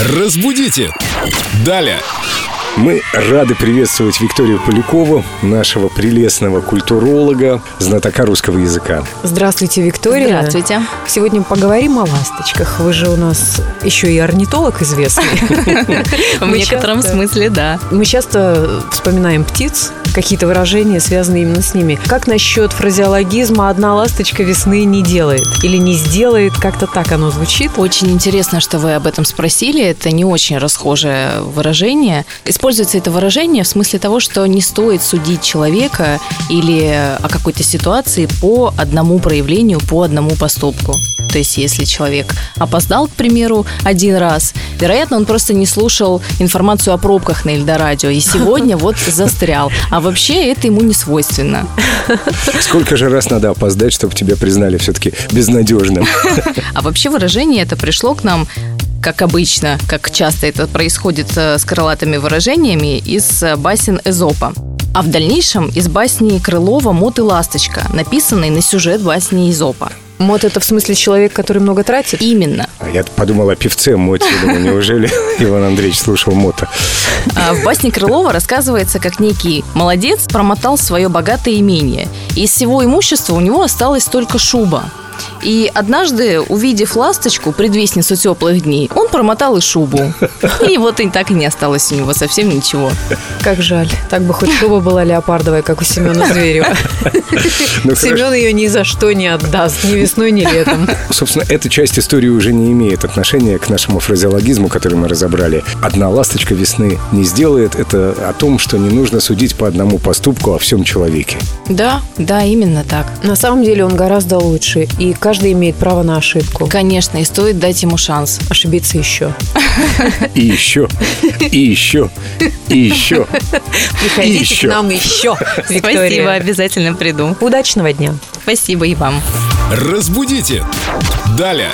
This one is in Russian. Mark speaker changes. Speaker 1: Разбудите! Далее!
Speaker 2: Мы рады приветствовать Викторию Полякову, нашего прелестного культуролога, знатока русского языка.
Speaker 3: Здравствуйте, Виктория.
Speaker 4: Здравствуйте.
Speaker 3: Сегодня поговорим о ласточках. Вы же у нас еще и орнитолог известный.
Speaker 4: В
Speaker 3: Мы
Speaker 4: некотором
Speaker 3: часто-
Speaker 4: смысле, да.
Speaker 3: Мы часто вспоминаем птиц, какие-то выражения связаны именно с ними. Как насчет фразеологизма «одна ласточка весны не делает» или «не сделает», как-то так оно звучит.
Speaker 4: Очень интересно, что вы об этом спросили. Это не очень расхожее выражение. Используется это выражение в смысле того, что не стоит судить человека или э, о какой-то ситуации по одному проявлению, по одному поступку. То есть, если человек опоздал, к примеру, один раз, вероятно, он просто не слушал информацию о пробках на Эльдорадио и сегодня вот застрял. А вообще это ему не свойственно.
Speaker 2: Сколько же раз надо опоздать, чтобы тебя признали все-таки безнадежным?
Speaker 4: А вообще выражение это пришло к нам как обычно, как часто это происходит э, с крылатыми выражениями, из э, басен Эзопа. А в дальнейшем из басни Крылова «Мот и ласточка», написанной на сюжет басни Эзопа.
Speaker 3: Мод – это в смысле человек, который много тратит?
Speaker 4: Именно.
Speaker 2: А я подумал о певце Моте, думаю, неужели Иван Андреевич слушал Мота?
Speaker 4: А В басне Крылова рассказывается, как некий молодец промотал свое богатое имение. Из всего имущества у него осталась только шуба. И однажды, увидев ласточку, предвестницу теплых дней, он промотал и шубу. И вот и так и не осталось у него совсем ничего.
Speaker 3: Как жаль. Так бы хоть шуба была леопардовая, как у Семена Зверева.
Speaker 2: Ну, хорошо.
Speaker 3: Семен ее ни за что не отдаст, ни весной, ни летом.
Speaker 2: Собственно, эта часть истории уже не имеет отношения к нашему фразеологизму, который мы разобрали. «Одна ласточка весны не сделает» — это о том, что не нужно судить по одному поступку о всем человеке.
Speaker 4: Да, да, именно так.
Speaker 3: На самом деле он гораздо лучше, и каждый имеет право на ошибку.
Speaker 4: Конечно, и стоит дать ему шанс.
Speaker 3: Ошибиться еще.
Speaker 2: И еще, и еще, и еще.
Speaker 3: Приходите
Speaker 2: еще.
Speaker 3: к нам еще,
Speaker 4: Спасибо,
Speaker 3: Виктория.
Speaker 4: обязательно приду.
Speaker 3: Удачного дня.
Speaker 4: Спасибо и вам.
Speaker 1: Разбудите! Далее!